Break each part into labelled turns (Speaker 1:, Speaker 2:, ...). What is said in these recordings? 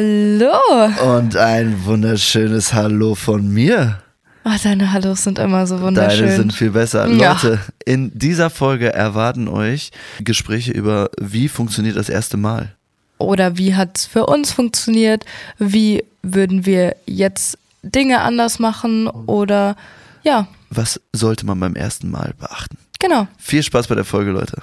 Speaker 1: Hallo.
Speaker 2: Und ein wunderschönes Hallo von mir.
Speaker 1: Oh, deine Hallos sind immer so wunderschön.
Speaker 2: Deine sind viel besser.
Speaker 1: Ja.
Speaker 2: Leute, in dieser Folge erwarten euch Gespräche über, wie funktioniert das erste Mal.
Speaker 1: Oder wie hat's für uns funktioniert? Wie würden wir jetzt Dinge anders machen? Oder ja,
Speaker 2: Was sollte man beim ersten Mal beachten?
Speaker 1: genau.
Speaker 2: Viel Spaß bei der Folge, Leute.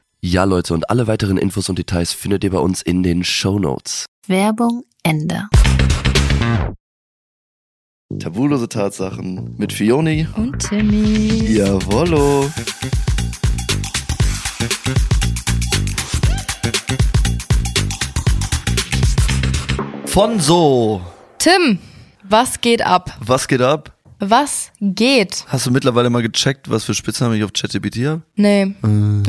Speaker 3: Ja, Leute, und alle weiteren Infos und Details findet ihr bei uns in den Shownotes.
Speaker 4: Werbung Ende.
Speaker 2: Tabulose Tatsachen mit Fioni.
Speaker 4: Und Timmy.
Speaker 2: Jawollo. Von so.
Speaker 1: Tim, was geht ab?
Speaker 2: Was geht ab?
Speaker 1: Was geht?
Speaker 2: Hast du mittlerweile mal gecheckt, was für Spitznamen ich auf ChatGPT habe?
Speaker 1: Nee,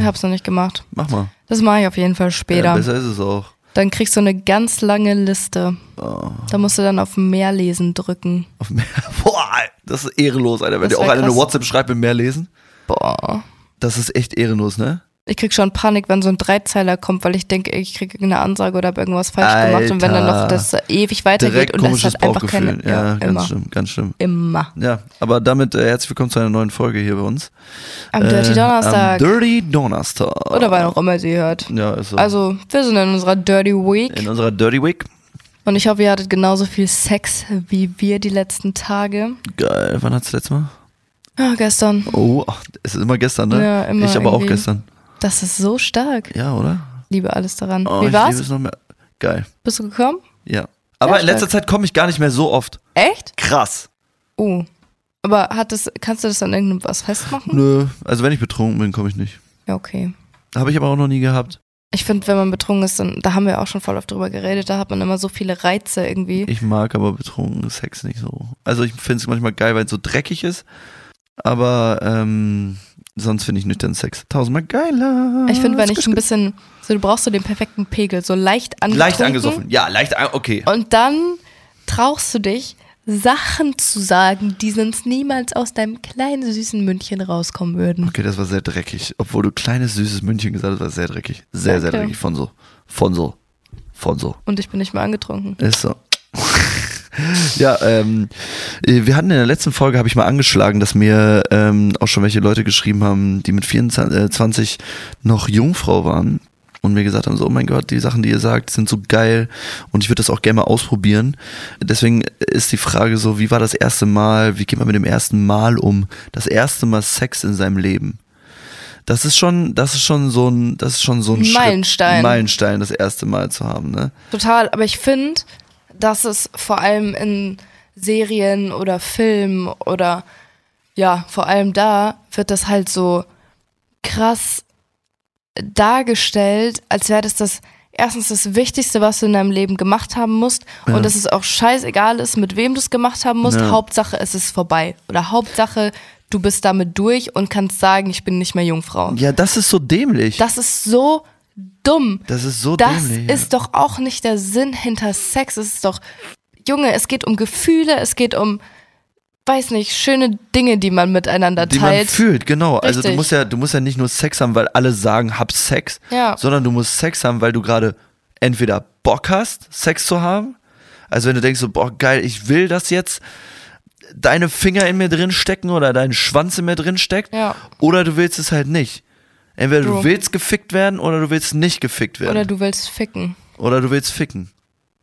Speaker 1: hab's noch nicht gemacht.
Speaker 2: Mach mal.
Speaker 1: Das mache ich auf jeden Fall später.
Speaker 2: Äh. Ja, besser ist es auch. Ah,
Speaker 1: dann kriegst du eine ganz lange Liste. Da musst du dann auf Mehr lesen drücken.
Speaker 2: Auf mehr. Boah, das ist ehrenlos, Alter. Wenn
Speaker 1: Das
Speaker 2: dir auch
Speaker 1: wär
Speaker 2: einer eine
Speaker 1: krass.
Speaker 2: WhatsApp schreibt mit mehr lesen,
Speaker 1: Boah.
Speaker 2: das ist echt ehrenlos, ne?
Speaker 1: Ich krieg schon Panik, wenn so ein Dreizeiler kommt, weil ich denke, ich krieg irgendeine Ansage oder hab irgendwas falsch gemacht und wenn dann noch
Speaker 2: Alter.
Speaker 1: das ewig weitergeht
Speaker 2: Direkt
Speaker 1: und das
Speaker 2: komisches
Speaker 1: hat einfach
Speaker 2: Bauchgefühl.
Speaker 1: keine.
Speaker 2: ja, ganz
Speaker 1: immer.
Speaker 2: schlimm, ganz schlimm.
Speaker 1: Immer.
Speaker 2: Ja, aber damit äh, herzlich willkommen zu einer neuen Folge hier bei uns.
Speaker 1: Am Dirty
Speaker 2: Äh,
Speaker 1: Donnerstag.
Speaker 2: Am Dirty Donnerstag.
Speaker 1: oder wann auch immer sie hört.
Speaker 2: Ja, ist so.
Speaker 1: Also, wir sind in unserer Dirty Week
Speaker 2: in unserer Dirty Week.
Speaker 1: und ich hoffe, ihr hattet genauso viel Sex wie wir die letzten Tage.
Speaker 2: Geil, wann hat's letztes Mal?
Speaker 1: Ah, gestern.
Speaker 2: Oh, ach, es ist immer gestern, ne?
Speaker 1: Ja, immer
Speaker 2: ich aber auch
Speaker 1: irgendwie.
Speaker 2: gestern.
Speaker 1: Das ist so stark.
Speaker 2: Ja, oder?
Speaker 1: Liebe alles daran.
Speaker 2: Oh,
Speaker 1: wie
Speaker 2: ich liebe
Speaker 1: war's?
Speaker 2: es noch mehr. Geil.
Speaker 1: Bist du gekommen?
Speaker 2: Ja. Aber in
Speaker 1: stark.
Speaker 2: letzter Zeit komme ich gar nicht mehr so oft.
Speaker 1: Echt?
Speaker 2: Krass.
Speaker 1: Oh. Aber hat das, kannst du das an irgendeinem was festmachen?
Speaker 2: Nö, also wenn ich betrunken bin, komme ich nicht.
Speaker 1: Ja, okay.
Speaker 2: Habe ich aber auch noch nie gehabt.
Speaker 1: Ich finde, wenn man betrunken ist, dann, da haben wir auch schon voll oft drüber geredet, da hat man immer so viele Reize irgendwie.
Speaker 2: Ich mag aber betrunken Sex nicht so. Also ich finde es manchmal geil, weil es so dreckig ist. Aber ähm, sonst finde ich nüchtern Sex tausendmal geiler.
Speaker 1: Ich finde, wenn ich ein bisschen, so du brauchst so den perfekten Pegel, so leicht angesoffen.
Speaker 2: Leicht angesoffen. Ja, leicht an okay.
Speaker 1: Und dann traust du dich, Sachen zu sagen, die sonst niemals aus deinem kleinen, süßen Mündchen rauskommen würden.
Speaker 2: Okay, das war sehr dreckig. Obwohl du kleines, süßes München gesagt hast, war sehr dreckig. Sehr, sehr
Speaker 1: Danke.
Speaker 2: dreckig. Von so. Von so. Von so.
Speaker 1: Und ich bin nicht mehr angetrunken.
Speaker 2: Ist so. ja, ähm, äh, wir hatten in der letzten Folge, habe ich mal angeschlagen, dass mir ähm, auch schon welche Leute geschrieben haben, die mit 24 äh, 20 noch Jungfrau waren und mir gesagt haben, so, oh mein Gott, die Sachen, die ihr sagt, sind so geil und ich würde das auch gerne mal ausprobieren. Deswegen ist die Frage so, wie war das erste Mal, wie geht man mit dem ersten Mal um? Das erste Mal Sex in seinem Leben. Das ist schon, das ist schon so ein, das ist schon so ein Schritt-
Speaker 1: Meilenstein.
Speaker 2: Meilenstein, das erste Mal zu haben, ne?
Speaker 1: Total, aber ich finde, dass es vor allem in Serien oder Filmen oder Ja, vor allem da wird das halt so krass dargestellt, als wäre das das erstens das Wichtigste, was du in deinem Leben gemacht haben musst
Speaker 2: Ja.
Speaker 1: und dass es auch scheißegal ist, mit wem du es gemacht haben musst.
Speaker 2: Ja.
Speaker 1: Hauptsache, es ist vorbei oder Hauptsache, du bist damit durch und kannst sagen, ich bin nicht mehr Jungfrau.
Speaker 2: Ja, das ist so dämlich. Das,
Speaker 1: Das ist so dumm.
Speaker 2: ist so
Speaker 1: Das
Speaker 2: dämlich. ja.
Speaker 1: ist doch auch nicht der Sinn hinter Sex. Es ist doch, Junge, es geht um Gefühle, es geht um, weiß nicht, schöne Dinge, die man miteinander
Speaker 2: die man
Speaker 1: teilt.
Speaker 2: fühlt, genau. Also du
Speaker 1: Richtig.
Speaker 2: musst ja, du musst ja nicht nur Sex haben, weil alle sagen, hab Sex,
Speaker 1: Ja.
Speaker 2: sondern du musst Sex haben, weil du gerade entweder Bock hast, Sex zu haben. Also wenn du denkst so, boah, geil, ich will das jetzt, deine Finger in mir drin stecken oder deinen Schwanz in mir drin steckt,
Speaker 1: Ja.
Speaker 2: oder du willst es halt nicht. Entweder du
Speaker 1: True.
Speaker 2: willst gefickt werden oder du willst nicht gefickt werden.
Speaker 1: Oder du willst ficken.
Speaker 2: Oder du willst ficken.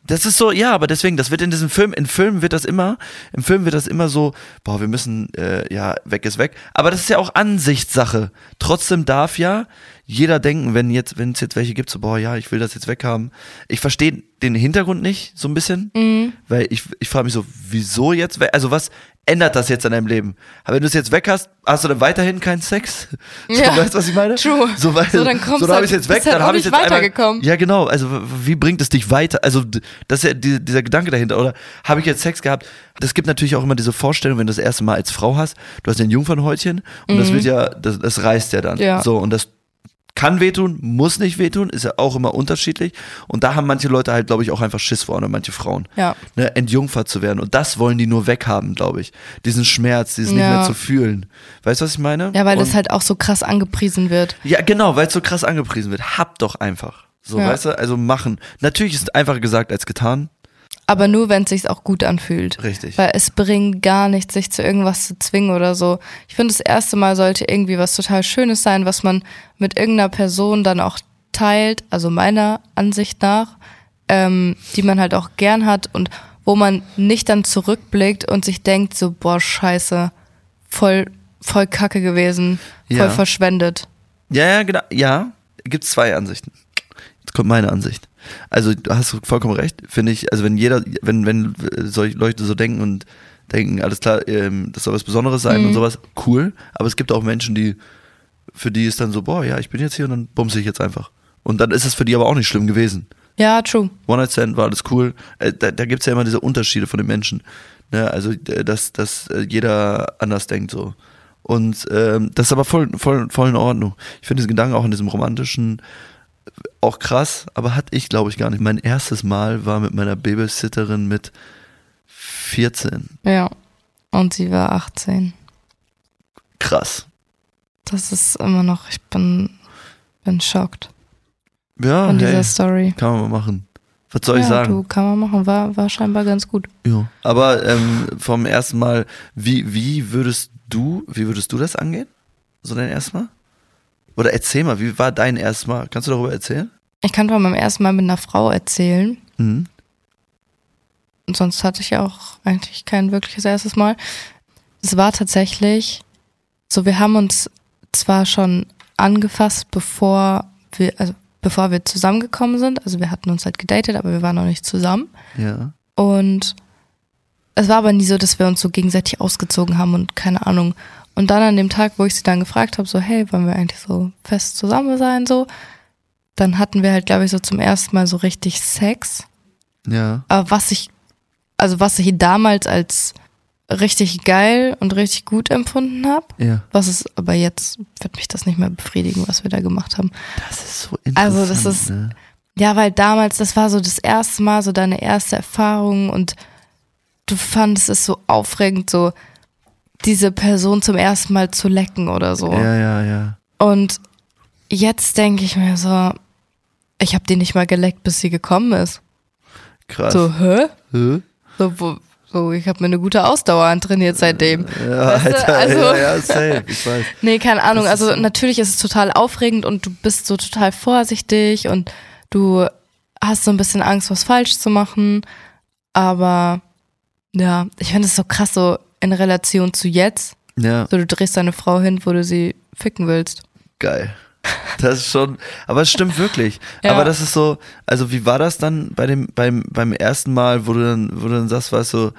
Speaker 2: Das ist so, ja, aber deswegen, das wird in diesem Film, in Filmen wird das immer, im Film wird das immer so, boah, wir müssen, äh, ja, weg ist weg. Aber das ist ja auch Ansichtssache. Trotzdem darf ja jeder denken, wenn jetzt, wenn es jetzt welche gibt, so, boah, ja, ich will das jetzt weghaben. Ich verstehe den Hintergrund nicht, so ein bisschen,
Speaker 1: Mhm.
Speaker 2: weil ich, ich frage mich so, wieso jetzt, we- also was ändert das jetzt an deinem Leben? Aber wenn du es jetzt weg hast, hast du dann weiterhin keinen Sex? So,
Speaker 1: Ja.
Speaker 2: weißt du, was ich meine?
Speaker 1: True.
Speaker 2: So, weil,
Speaker 1: So, dann kommst
Speaker 2: so, dann hab
Speaker 1: halt-
Speaker 2: ich's jetzt
Speaker 1: bist
Speaker 2: weg,
Speaker 1: halt
Speaker 2: dann
Speaker 1: auch
Speaker 2: habe ich
Speaker 1: nicht
Speaker 2: jetzt einmal-
Speaker 1: weitergekommen.
Speaker 2: ja, genau. Also, w- wie bringt es dich weiter? Also, d- das ist ja die, dieser Gedanke dahinter. Oder habe ich jetzt Sex gehabt? Das gibt natürlich auch immer diese Vorstellung, wenn du das erste Mal als Frau hast, du hast ein Jungfernhäutchen und das wird ja, das, das reißt ja dann.
Speaker 1: Mhm. Ja.
Speaker 2: So, und das kann wehtun, muss nicht wehtun, ist ja auch immer unterschiedlich. Und da haben manche Leute halt, glaube ich, auch einfach Schiss vor, oder manche Frauen.
Speaker 1: Ja.
Speaker 2: Ne, entjungfert zu werden. Und das wollen die nur weghaben, glaube ich. Diesen Schmerz, dieses nicht
Speaker 1: Ja.
Speaker 2: mehr zu fühlen. Weißt du, was ich meine?
Speaker 1: Ja, weil
Speaker 2: und
Speaker 1: das halt auch so krass angepriesen wird.
Speaker 2: ja, genau, weil es so krass angepriesen wird. Hab doch einfach. So,
Speaker 1: Ja.
Speaker 2: weißt du, also machen. Natürlich ist es einfacher gesagt als getan.
Speaker 1: Aber nur, wenn es sich auch gut anfühlt.
Speaker 2: Richtig.
Speaker 1: Weil es bringt gar nichts, sich zu irgendwas zu zwingen oder so. Ich finde, das erste Mal sollte irgendwie was total Schönes sein, was man mit irgendeiner Person dann auch teilt, also meiner Ansicht nach, ähm, die man halt auch gern hat und wo man nicht dann zurückblickt und sich denkt, so, boah, scheiße, voll, voll kacke gewesen, voll
Speaker 2: Ja.
Speaker 1: verschwendet.
Speaker 2: Ja, ja, genau. Ja, gibt es zwei Ansichten. Jetzt kommt meine Ansicht. Also, du hast vollkommen recht, finde ich. Also, wenn jeder, wenn, wenn äh, solche Leute so denken und denken, alles klar, ähm, das soll was Besonderes sein und sowas, cool. Aber es gibt auch Menschen, die, für die ist dann so, boah, ja, ich bin jetzt hier und dann bumse ich jetzt einfach. Und dann ist es für die aber auch nicht schlimm gewesen.
Speaker 1: Ja, true.
Speaker 2: One-Night-Stand war alles cool. Äh, da da gibt es ja immer diese Unterschiede von den Menschen. Ne? Also, äh, dass, dass äh, jeder anders denkt so. Und ähm, das ist aber voll, voll, voll in Ordnung. Ich finde diesen Gedanken auch in diesem romantischen äh, auch krass, aber hatte ich, glaube ich, gar nicht. Mein erstes Mal war mit meiner Babysitterin mit 14.
Speaker 1: Ja. Und sie war 18.
Speaker 2: Krass.
Speaker 1: Das ist immer noch, ich bin, bin schockt
Speaker 2: Ja,
Speaker 1: von dieser
Speaker 2: hey,
Speaker 1: Story.
Speaker 2: kann man mal machen. Was soll
Speaker 1: ja,
Speaker 2: ich sagen?
Speaker 1: Du, kann man machen, war, war scheinbar ganz gut.
Speaker 2: Ja. Aber ähm, vom ersten Mal, wie, wie würdest du, wie würdest du das angehen? So dein erstes Mal? Oder erzähl mal, wie war dein erstes Mal? Kannst du darüber erzählen?
Speaker 1: Ich kann von meinem ersten Mal mit einer Frau erzählen.
Speaker 2: Mhm.
Speaker 1: Und sonst hatte ich ja auch eigentlich kein wirkliches erstes Mal. Es war tatsächlich so, wir haben uns zwar schon angefasst, bevor wir, also bevor wir zusammengekommen sind. Also wir hatten uns halt gedatet, aber wir waren noch nicht zusammen.
Speaker 2: Ja.
Speaker 1: Und es war aber nie so, dass wir uns so gegenseitig ausgezogen haben und keine Ahnung. Und dann an dem Tag, wo ich sie dann gefragt habe, so, hey, wollen wir eigentlich so fest zusammen sein, so, dann hatten wir halt, glaube ich, so zum ersten Mal so richtig Sex.
Speaker 2: Ja.
Speaker 1: Aber was ich, also was ich damals als richtig geil und richtig gut empfunden habe,
Speaker 2: Ja.
Speaker 1: was es aber jetzt wird mich das nicht mehr befriedigen, was wir da gemacht haben.
Speaker 2: Das ist so
Speaker 1: Also, das
Speaker 2: interessant.
Speaker 1: ist-
Speaker 2: Ne?
Speaker 1: Ja, weil damals, das war so das erste Mal, so deine erste Erfahrung und du fandest es so aufregend, so diese Person zum ersten Mal zu lecken oder so.
Speaker 2: Ja, ja, ja.
Speaker 1: Und jetzt denke ich mir so, ich habe die nicht mal geleckt, bis sie gekommen ist.
Speaker 2: Krass.
Speaker 1: So, hä?
Speaker 2: Hä?
Speaker 1: So, wo, so ich habe mir eine gute Ausdauer antrainiert seitdem.
Speaker 2: Ja,
Speaker 1: Weißt du,
Speaker 2: Alter,
Speaker 1: also-
Speaker 2: ja, ja, safe, ich weiß.
Speaker 1: Nee, keine Ahnung.
Speaker 2: Das ist
Speaker 1: Also
Speaker 2: so.
Speaker 1: natürlich ist es total aufregend und du bist so total vorsichtig und du hast so ein bisschen Angst, was falsch zu machen. Aber ja, ich finde es so krass, so in Relation zu jetzt.
Speaker 2: Ja,
Speaker 1: So, du drehst deine Frau hin, wo du sie ficken willst.
Speaker 2: geil. Das ist schon, aber es stimmt wirklich.
Speaker 1: Ja.
Speaker 2: Aber das ist so, also wie war das dann bei dem, beim, beim ersten Mal, wo du dann, wo du dann sagst, weißt du,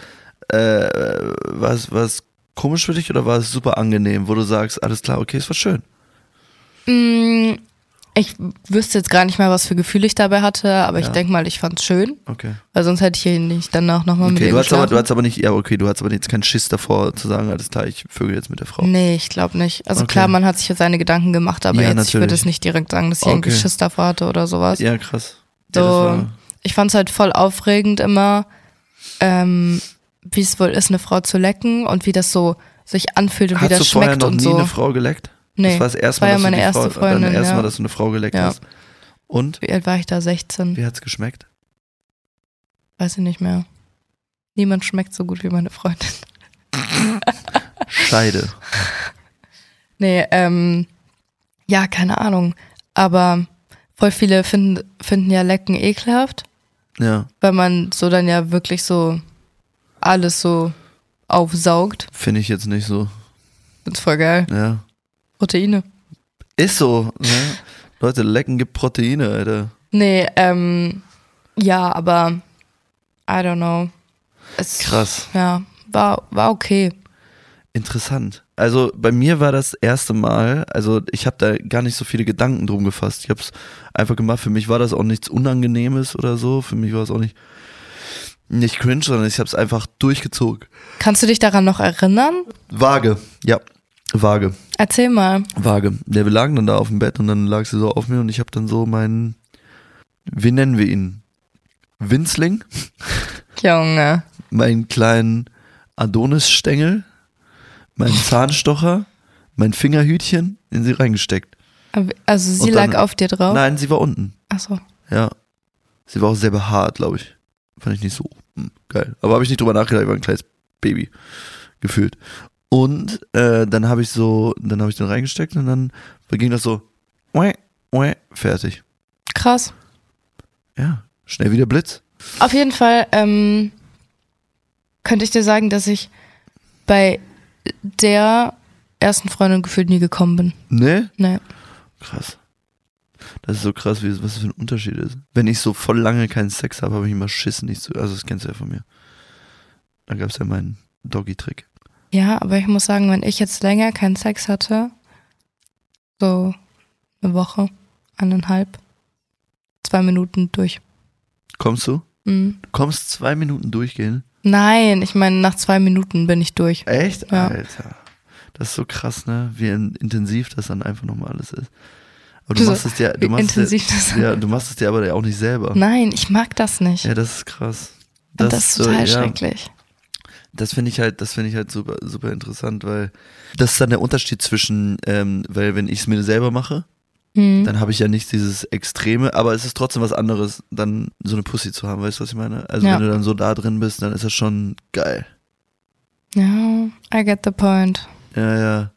Speaker 2: äh, was, was komisch für dich oder war es super angenehm, wo du sagst, alles klar, okay, es war schön?
Speaker 1: Mm, Ich wüsste jetzt gar nicht mal, was für Gefühle ich dabei hatte, aber ich
Speaker 2: Ja.
Speaker 1: denke mal, ich fand's schön.
Speaker 2: Okay.
Speaker 1: Weil sonst hätte ich hier nicht danach nochmal mit
Speaker 2: Okay,
Speaker 1: ihr
Speaker 2: du hast, aber, du
Speaker 1: geschlafen.
Speaker 2: hast aber nicht, ja, okay, du hast aber jetzt keinen Schiss davor zu sagen, alles klar, ich vögel jetzt mit der Frau.
Speaker 1: Nee, ich glaube nicht. Also
Speaker 2: Okay.
Speaker 1: klar, man hat sich jetzt seine Gedanken gemacht, aber
Speaker 2: Ja,
Speaker 1: jetzt ich würde
Speaker 2: natürlich.
Speaker 1: es nicht direkt sagen, dass ich irgendwie
Speaker 2: Okay.
Speaker 1: Schiss davor hatte oder sowas.
Speaker 2: Ja, krass.
Speaker 1: So,
Speaker 2: Ja, das war-
Speaker 1: ich fand's halt voll aufregend immer, ähm, wie es wohl ist, eine Frau zu lecken und wie das so sich anfühlt und wie
Speaker 2: Hast du
Speaker 1: das
Speaker 2: vorher
Speaker 1: schmeckt
Speaker 2: noch nie
Speaker 1: und so.
Speaker 2: eine Frau geleckt?
Speaker 1: nee,
Speaker 2: Das war das erste Mal,
Speaker 1: war ja
Speaker 2: dass
Speaker 1: meine
Speaker 2: du die
Speaker 1: erste
Speaker 2: Frau, dein
Speaker 1: Freundin,
Speaker 2: erstes
Speaker 1: ja.
Speaker 2: Mal, dass du eine Frau geleckt
Speaker 1: Ja.
Speaker 2: hast. Und?
Speaker 1: wie alt war ich da? 16?
Speaker 2: Wie hat's geschmeckt?
Speaker 1: Weiß ich nicht mehr. Niemand schmeckt so gut wie meine Freundin.
Speaker 2: Scheide.
Speaker 1: Nee, ähm, ja, keine Ahnung. Aber voll viele finden, finden ja Lecken ekelhaft,
Speaker 2: Ja,
Speaker 1: weil man so dann ja wirklich so alles so aufsaugt.
Speaker 2: finde ich jetzt nicht so.
Speaker 1: Das ist voll geil.
Speaker 2: Ja.
Speaker 1: Proteine.
Speaker 2: Ist so. Ne? Leute, lecken gibt Proteine, Alter.
Speaker 1: Nee, ähm, ja, aber I don't know. Es,
Speaker 2: Krass.
Speaker 1: Ja, war, war okay.
Speaker 2: Interessant. Also bei mir war das erste Mal, also ich habe da gar nicht so viele Gedanken drum gefasst. Ich habe es einfach gemacht. Für mich war das auch nichts Unangenehmes oder so. Für mich war es auch nicht, nicht cringe, sondern ich habe es einfach durchgezogen.
Speaker 1: Kannst du dich daran noch erinnern?
Speaker 2: Vage, ja. Vage,
Speaker 1: Erzähl mal.
Speaker 2: vage. Ja, wir lagen dann da auf dem Bett und dann lag sie so auf mir und ich habe dann so meinen, wie nennen wir ihn? Winzling?
Speaker 1: Junge.
Speaker 2: meinen kleinen Adonisstängel, meinen Zahnstocher, mein Fingerhütchen in sie reingesteckt.
Speaker 1: Also sie
Speaker 2: Und dann-
Speaker 1: lag auf dir drauf?
Speaker 2: Nein, sie war unten.
Speaker 1: Achso.
Speaker 2: Ja. Sie war auch sehr behaart, glaube ich. Fand ich nicht so hm, geil. Aber habe ich nicht drüber nachgedacht, ich war ein kleines Baby gefühlt. Und äh, dann habe ich so, dann habe ich den reingesteckt und dann ging das so, weh, weh, fertig.
Speaker 1: Krass.
Speaker 2: Ja, schnell wie der Blitz.
Speaker 1: Auf jeden Fall ähm, könnte ich dir sagen, dass ich bei der ersten Freundin gefühlt nie gekommen bin.
Speaker 2: Ne?
Speaker 1: Nee.
Speaker 2: Krass. Das ist so krass, wie, es- was das für ein Unterschied ist. Wenn ich so voll lange keinen Sex habe, habe ich immer Schiss nicht zu. Also das kennst du ja von mir. Da gab es ja meinen Doggy-Trick.
Speaker 1: Ja, aber ich muss sagen, wenn ich jetzt länger keinen Sex hatte, so eine Woche, eineinhalb, zwei Minuten durch.
Speaker 2: Kommst du?
Speaker 1: Mhm.
Speaker 2: Du kommst zwei Minuten durchgehen?
Speaker 1: Nein, ich meine, nach zwei Minuten bin ich durch.
Speaker 2: Echt?
Speaker 1: Ja.
Speaker 2: Alter. Das ist so krass, ne? Wie in- intensiv das dann einfach nochmal alles ist. Aber du
Speaker 1: Also,
Speaker 2: machst es dir,
Speaker 1: Wie
Speaker 2: du machst es dir,
Speaker 1: intensiv das
Speaker 2: ja, du machst es dir aber auch nicht selber.
Speaker 1: Nein, ich mag das nicht.
Speaker 2: Ja, das ist krass.
Speaker 1: das, das ist
Speaker 2: so-
Speaker 1: total
Speaker 2: ja,
Speaker 1: schrecklich.
Speaker 2: Das finde ich halt, das finde ich halt super, super interessant, weil das ist dann der Unterschied zwischen, ähm, weil wenn ich es mir selber mache,
Speaker 1: Mhm.
Speaker 2: dann habe ich ja nicht dieses Extreme, aber es ist trotzdem was anderes, dann so eine Pussy zu haben, weißt du, was ich meine? Also
Speaker 1: Ja.
Speaker 2: wenn du dann so da drin bist, dann ist das schon geil.
Speaker 1: Ja, I get the point.
Speaker 2: Ja, ja.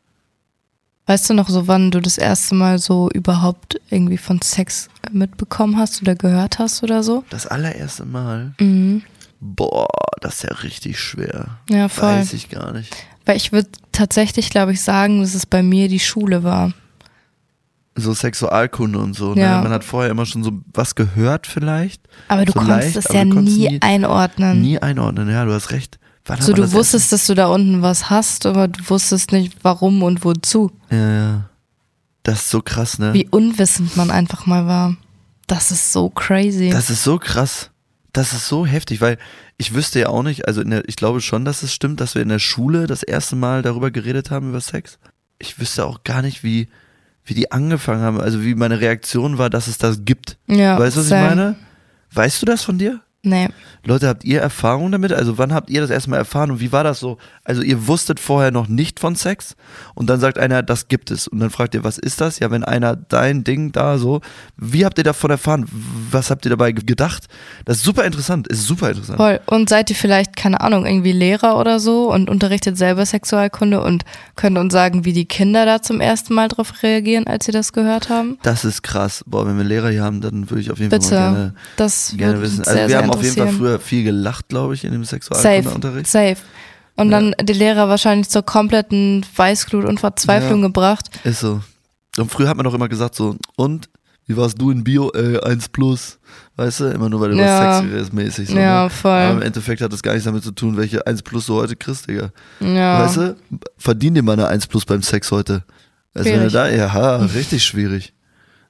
Speaker 1: Weißt du noch so, wann du das erste Mal so überhaupt irgendwie von Sex mitbekommen hast oder gehört hast oder so?
Speaker 2: Das allererste Mal,
Speaker 1: Mhm.
Speaker 2: boah, das ist ja richtig schwer.
Speaker 1: Ja, voll.
Speaker 2: Weiß ich gar nicht.
Speaker 1: Weil ich würde tatsächlich, glaube ich, sagen, dass es bei mir die Schule war.
Speaker 2: So Sexualkunde und so,
Speaker 1: Ja.
Speaker 2: ne? Man hat vorher immer schon so was gehört vielleicht,
Speaker 1: Aber du
Speaker 2: So
Speaker 1: konntest
Speaker 2: leicht,
Speaker 1: es
Speaker 2: aber
Speaker 1: ja
Speaker 2: du konntest
Speaker 1: nie,
Speaker 2: nie-
Speaker 1: einordnen.
Speaker 2: nie einordnen, ja, du hast recht. Wann hat
Speaker 1: so, du
Speaker 2: man das
Speaker 1: wusstest, dass du da unten was hast, aber du wusstest nicht, warum und wozu.
Speaker 2: Ja, ja. Das ist so krass, ne?
Speaker 1: Wie unwissend man einfach mal war. Das ist so crazy.
Speaker 2: Das ist so krass. Das ist so heftig, weil ich wüsste ja auch nicht, also in der, ich glaube schon, dass es stimmt, dass wir in der Schule das erste Mal darüber geredet haben, über Sex. Ich wüsste auch gar nicht, wie, wie die angefangen haben, also wie meine Reaktion war, dass es das gibt.
Speaker 1: ja,
Speaker 2: weißt du, was ich
Speaker 1: same.
Speaker 2: meine? Weißt du das von dir?
Speaker 1: Nee.
Speaker 2: Leute, habt ihr Erfahrung damit? Also wann habt ihr das erstmal erfahren und wie war das so? Also ihr wusstet vorher noch nicht von Sex und dann sagt einer, das gibt es. Und dann fragt ihr, was ist das? Ja, wenn einer dein Ding da so, wie habt ihr davon erfahren? Was habt ihr dabei ge- gedacht? Das ist super interessant, ist super interessant.
Speaker 1: Voll. Und seid ihr vielleicht, keine Ahnung, irgendwie Lehrer oder so und unterrichtet selber Sexualkunde und könnt uns sagen, wie die Kinder da zum ersten Mal drauf reagieren, als sie das gehört haben?
Speaker 2: Das ist krass. Boah, wenn wir Lehrer hier haben, dann würde ich auf jeden Fall mal
Speaker 1: Bitte.
Speaker 2: gerne,
Speaker 1: Das
Speaker 2: gerne
Speaker 1: würde
Speaker 2: wissen.
Speaker 1: uns
Speaker 2: Also
Speaker 1: sehr,
Speaker 2: wir
Speaker 1: sehr
Speaker 2: haben auf jeden Fall
Speaker 1: interessieren.
Speaker 2: früher viel gelacht, glaube ich, in dem
Speaker 1: Safe,
Speaker 2: Sexualkundeunterricht.
Speaker 1: safe. Und dann die Lehrer wahrscheinlich zur kompletten Weißglut und Verzweiflung
Speaker 2: Ja.
Speaker 1: gebracht.
Speaker 2: Ist so. Und früher hat man doch immer gesagt so, und wie warst du in Bio? Äh, 1 plus. Weißt du, immer nur weil du
Speaker 1: Ja.
Speaker 2: was sexy ist, mäßig. So,
Speaker 1: Ja,
Speaker 2: ne?
Speaker 1: voll.
Speaker 2: Aber im Endeffekt hat das gar nichts damit zu tun, welche 1 plus du heute kriegst, Digga.
Speaker 1: Ja.
Speaker 2: Weißt du, verdien dir mal eine 1 plus beim Sex heute. Also wenn er da, ja, richtig schwierig.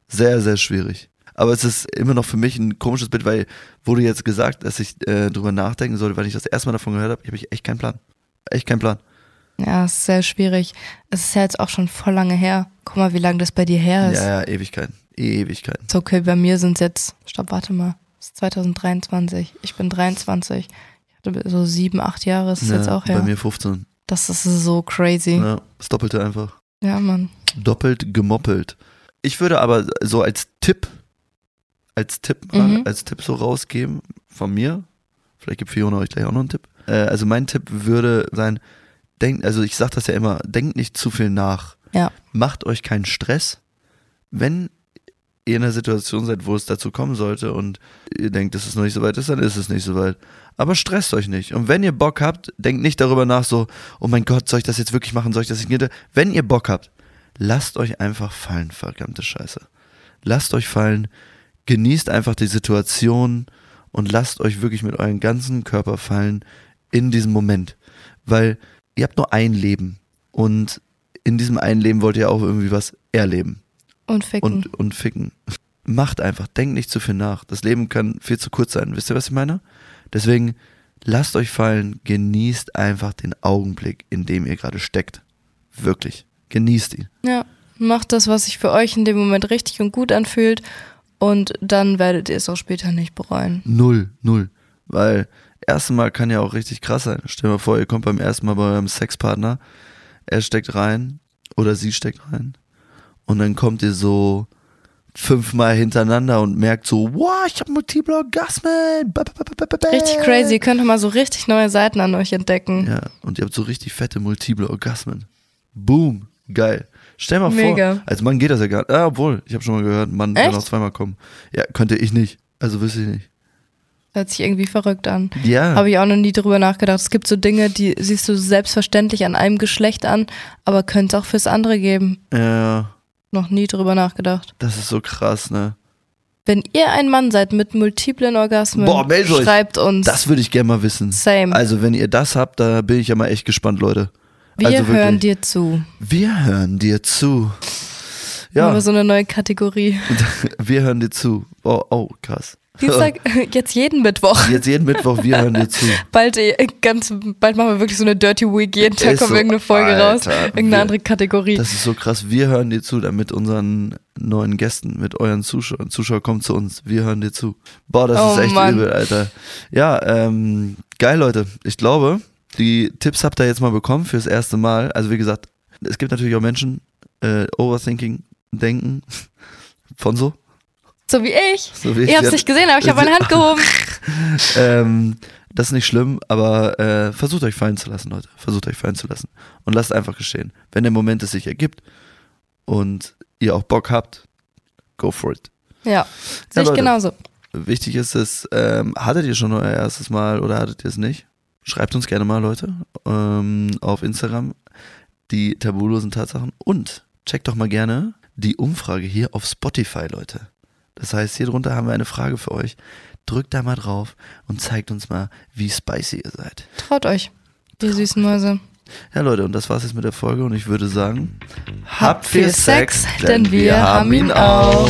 Speaker 2: Sehr, sehr schwierig. Aber es ist immer noch für mich ein komisches Bild, weil wurde jetzt gesagt, dass ich äh, drüber nachdenken sollte, weil ich das erste Mal davon gehört habe, ich habe ich echt keinen Plan. Echt keinen Plan.
Speaker 1: Ja, ist sehr schwierig. Es ist ja jetzt auch schon voll lange her. Guck mal, wie lange das bei dir her ist.
Speaker 2: Ja, ja, Ewigkeiten. Ewigkeiten.
Speaker 1: Ist okay, bei mir sind es jetzt, stopp, warte mal, es ist 2023. Ich bin 23. Ich hatte so sieben, acht Jahre, ist es
Speaker 2: Ja,
Speaker 1: jetzt auch her.
Speaker 2: Bei mir 15.
Speaker 1: Das ist so crazy. Ja,
Speaker 2: Ja, das Doppelte einfach.
Speaker 1: Mann.
Speaker 2: Doppelt gemoppelt. Ich würde aber so als Tipp, als Tipp, mal-
Speaker 1: Mhm.
Speaker 2: als Tipp so rausgeben von mir. Vielleicht gibt Fiona euch gleich auch noch einen Tipp. Äh, also mein Tipp würde sein, denkt, also ich sag das ja immer, denkt nicht zu viel nach.
Speaker 1: Ja.
Speaker 2: Macht euch keinen Stress. Wenn ihr in einer Situation seid, wo es dazu kommen sollte und ihr denkt, dass es noch nicht so weit ist, dann ist es nicht so weit. Aber stresst euch nicht. Und wenn ihr Bock habt, denkt nicht darüber nach, so, oh mein Gott, soll ich das jetzt wirklich machen, soll ich das nicht? Wenn ihr Bock habt, lasst euch einfach fallen, verdammte Scheiße. Lasst euch fallen, genießt einfach die Situation und lasst euch wirklich mit eurem ganzen Körper fallen in diesem Moment. Weil ihr habt nur ein Leben und in diesem einen Leben wollt ihr auch irgendwie was erleben
Speaker 1: Und ficken.
Speaker 2: und, und ficken. Macht einfach, denkt nicht zu viel nach. Das Leben kann viel zu kurz sein. Wisst ihr, was ich meine? Deswegen lasst euch fallen, genießt einfach den Augenblick, in dem ihr gerade steckt. Wirklich. Genießt ihn.
Speaker 1: ja, macht das, was sich für euch in dem Moment richtig und gut anfühlt. Und dann werdet ihr es auch später nicht bereuen.
Speaker 2: Null, null. Weil erste Mal kann ja auch richtig krass sein. Stell dir mal vor, ihr kommt beim ersten Mal bei eurem Sexpartner, er steckt rein oder sie steckt rein. Und dann kommt ihr so fünfmal hintereinander und merkt so, wow, ich habe multiple Orgasmen. Ba, ba, ba, ba, ba, ba.
Speaker 1: Richtig crazy. Ihr könnt mal so richtig neue Seiten an euch entdecken.
Speaker 2: Ja, und ihr habt so richtig fette multiple Orgasmen. Boom, geil. Stell mal
Speaker 1: Mega.
Speaker 2: vor, als Mann geht das ja gar nicht. Ah, obwohl, ich habe schon mal gehört, ein Mann kann
Speaker 1: Echt?
Speaker 2: auch zweimal kommen. Ja, könnte ich nicht. Also wüsste ich nicht.
Speaker 1: Hört sich irgendwie verrückt an.
Speaker 2: Ja.
Speaker 1: Habe ich auch noch nie drüber nachgedacht. Es gibt so Dinge, die siehst du selbstverständlich an einem Geschlecht an, aber könnte es auch fürs andere geben.
Speaker 2: Ja.
Speaker 1: Noch nie drüber nachgedacht.
Speaker 2: Das ist so krass, ne?
Speaker 1: Wenn ihr ein Mann seid mit multiplen Orgasmen,
Speaker 2: Boah, meldet euch.
Speaker 1: schreibt uns.
Speaker 2: Das würde ich gerne mal wissen.
Speaker 1: Same.
Speaker 2: Also, wenn ihr das habt, da bin ich ja mal echt gespannt, Leute.
Speaker 1: Wir
Speaker 2: also wirklich.
Speaker 1: hören dir zu.
Speaker 2: Wir hören dir zu.
Speaker 1: Ja.
Speaker 2: Ja,
Speaker 1: Aber so eine neue Kategorie.
Speaker 2: wir hören dir zu. Oh, oh krass.
Speaker 1: Dienstag, jetzt jeden Mittwoch.
Speaker 2: Jetzt jeden Mittwoch, wir hören dir zu.
Speaker 1: Bald, äh, ganz, bald machen wir wirklich so eine Dirty Week. Jeden Tag
Speaker 2: Ist
Speaker 1: kommt
Speaker 2: so,
Speaker 1: irgendeine Folge
Speaker 2: Alter,
Speaker 1: raus. Irgendeine
Speaker 2: wir-
Speaker 1: andere Kategorie.
Speaker 2: Das ist so krass. Wir hören dir zu, damit unseren neuen Gästen, mit euren Zuschauern, Zuschauer kommt zu uns. Wir hören dir zu. Boah, das
Speaker 1: Oh,
Speaker 2: ist echt
Speaker 1: Mann.
Speaker 2: übel, Alter. Ja, ähm, geil, Leute. Ich glaube, die Tipps habt ihr jetzt mal bekommen fürs erste Mal. Also wie gesagt, es gibt natürlich auch Menschen, äh, Overthinking, Denken, von so.
Speaker 1: so wie ich.
Speaker 2: so wie
Speaker 1: Ihr habt es
Speaker 2: sie
Speaker 1: nicht gesehen, aber ich habe meine Hand gehoben.
Speaker 2: hat. ähm, das ist nicht schlimm, aber äh, versucht euch fallen zu lassen, Leute. Versucht euch fallen zu lassen. Und lasst einfach geschehen. Wenn der Moment es sich ergibt und ihr auch Bock habt, go for it.
Speaker 1: Ja,
Speaker 2: Ja,
Speaker 1: sehe ich
Speaker 2: Leute.
Speaker 1: genauso.
Speaker 2: Wichtig ist es, ähm, hattet ihr schon euer erstes Mal oder hattet ihr es nicht? Schreibt uns gerne mal, Leute, ähm, auf Instagram die tabulosen Tatsachen und checkt doch mal gerne die Umfrage hier auf Spotify, Leute. Das heißt, hier drunter haben wir eine Frage für euch. Drückt da mal drauf und zeigt uns mal, wie spicy ihr seid.
Speaker 1: Traut euch, ihr süßen Mäuse.
Speaker 2: Ja, Leute, und das war's jetzt mit der Folge und ich würde sagen,
Speaker 1: Habt viel Sex, denn wir haben ihn auch.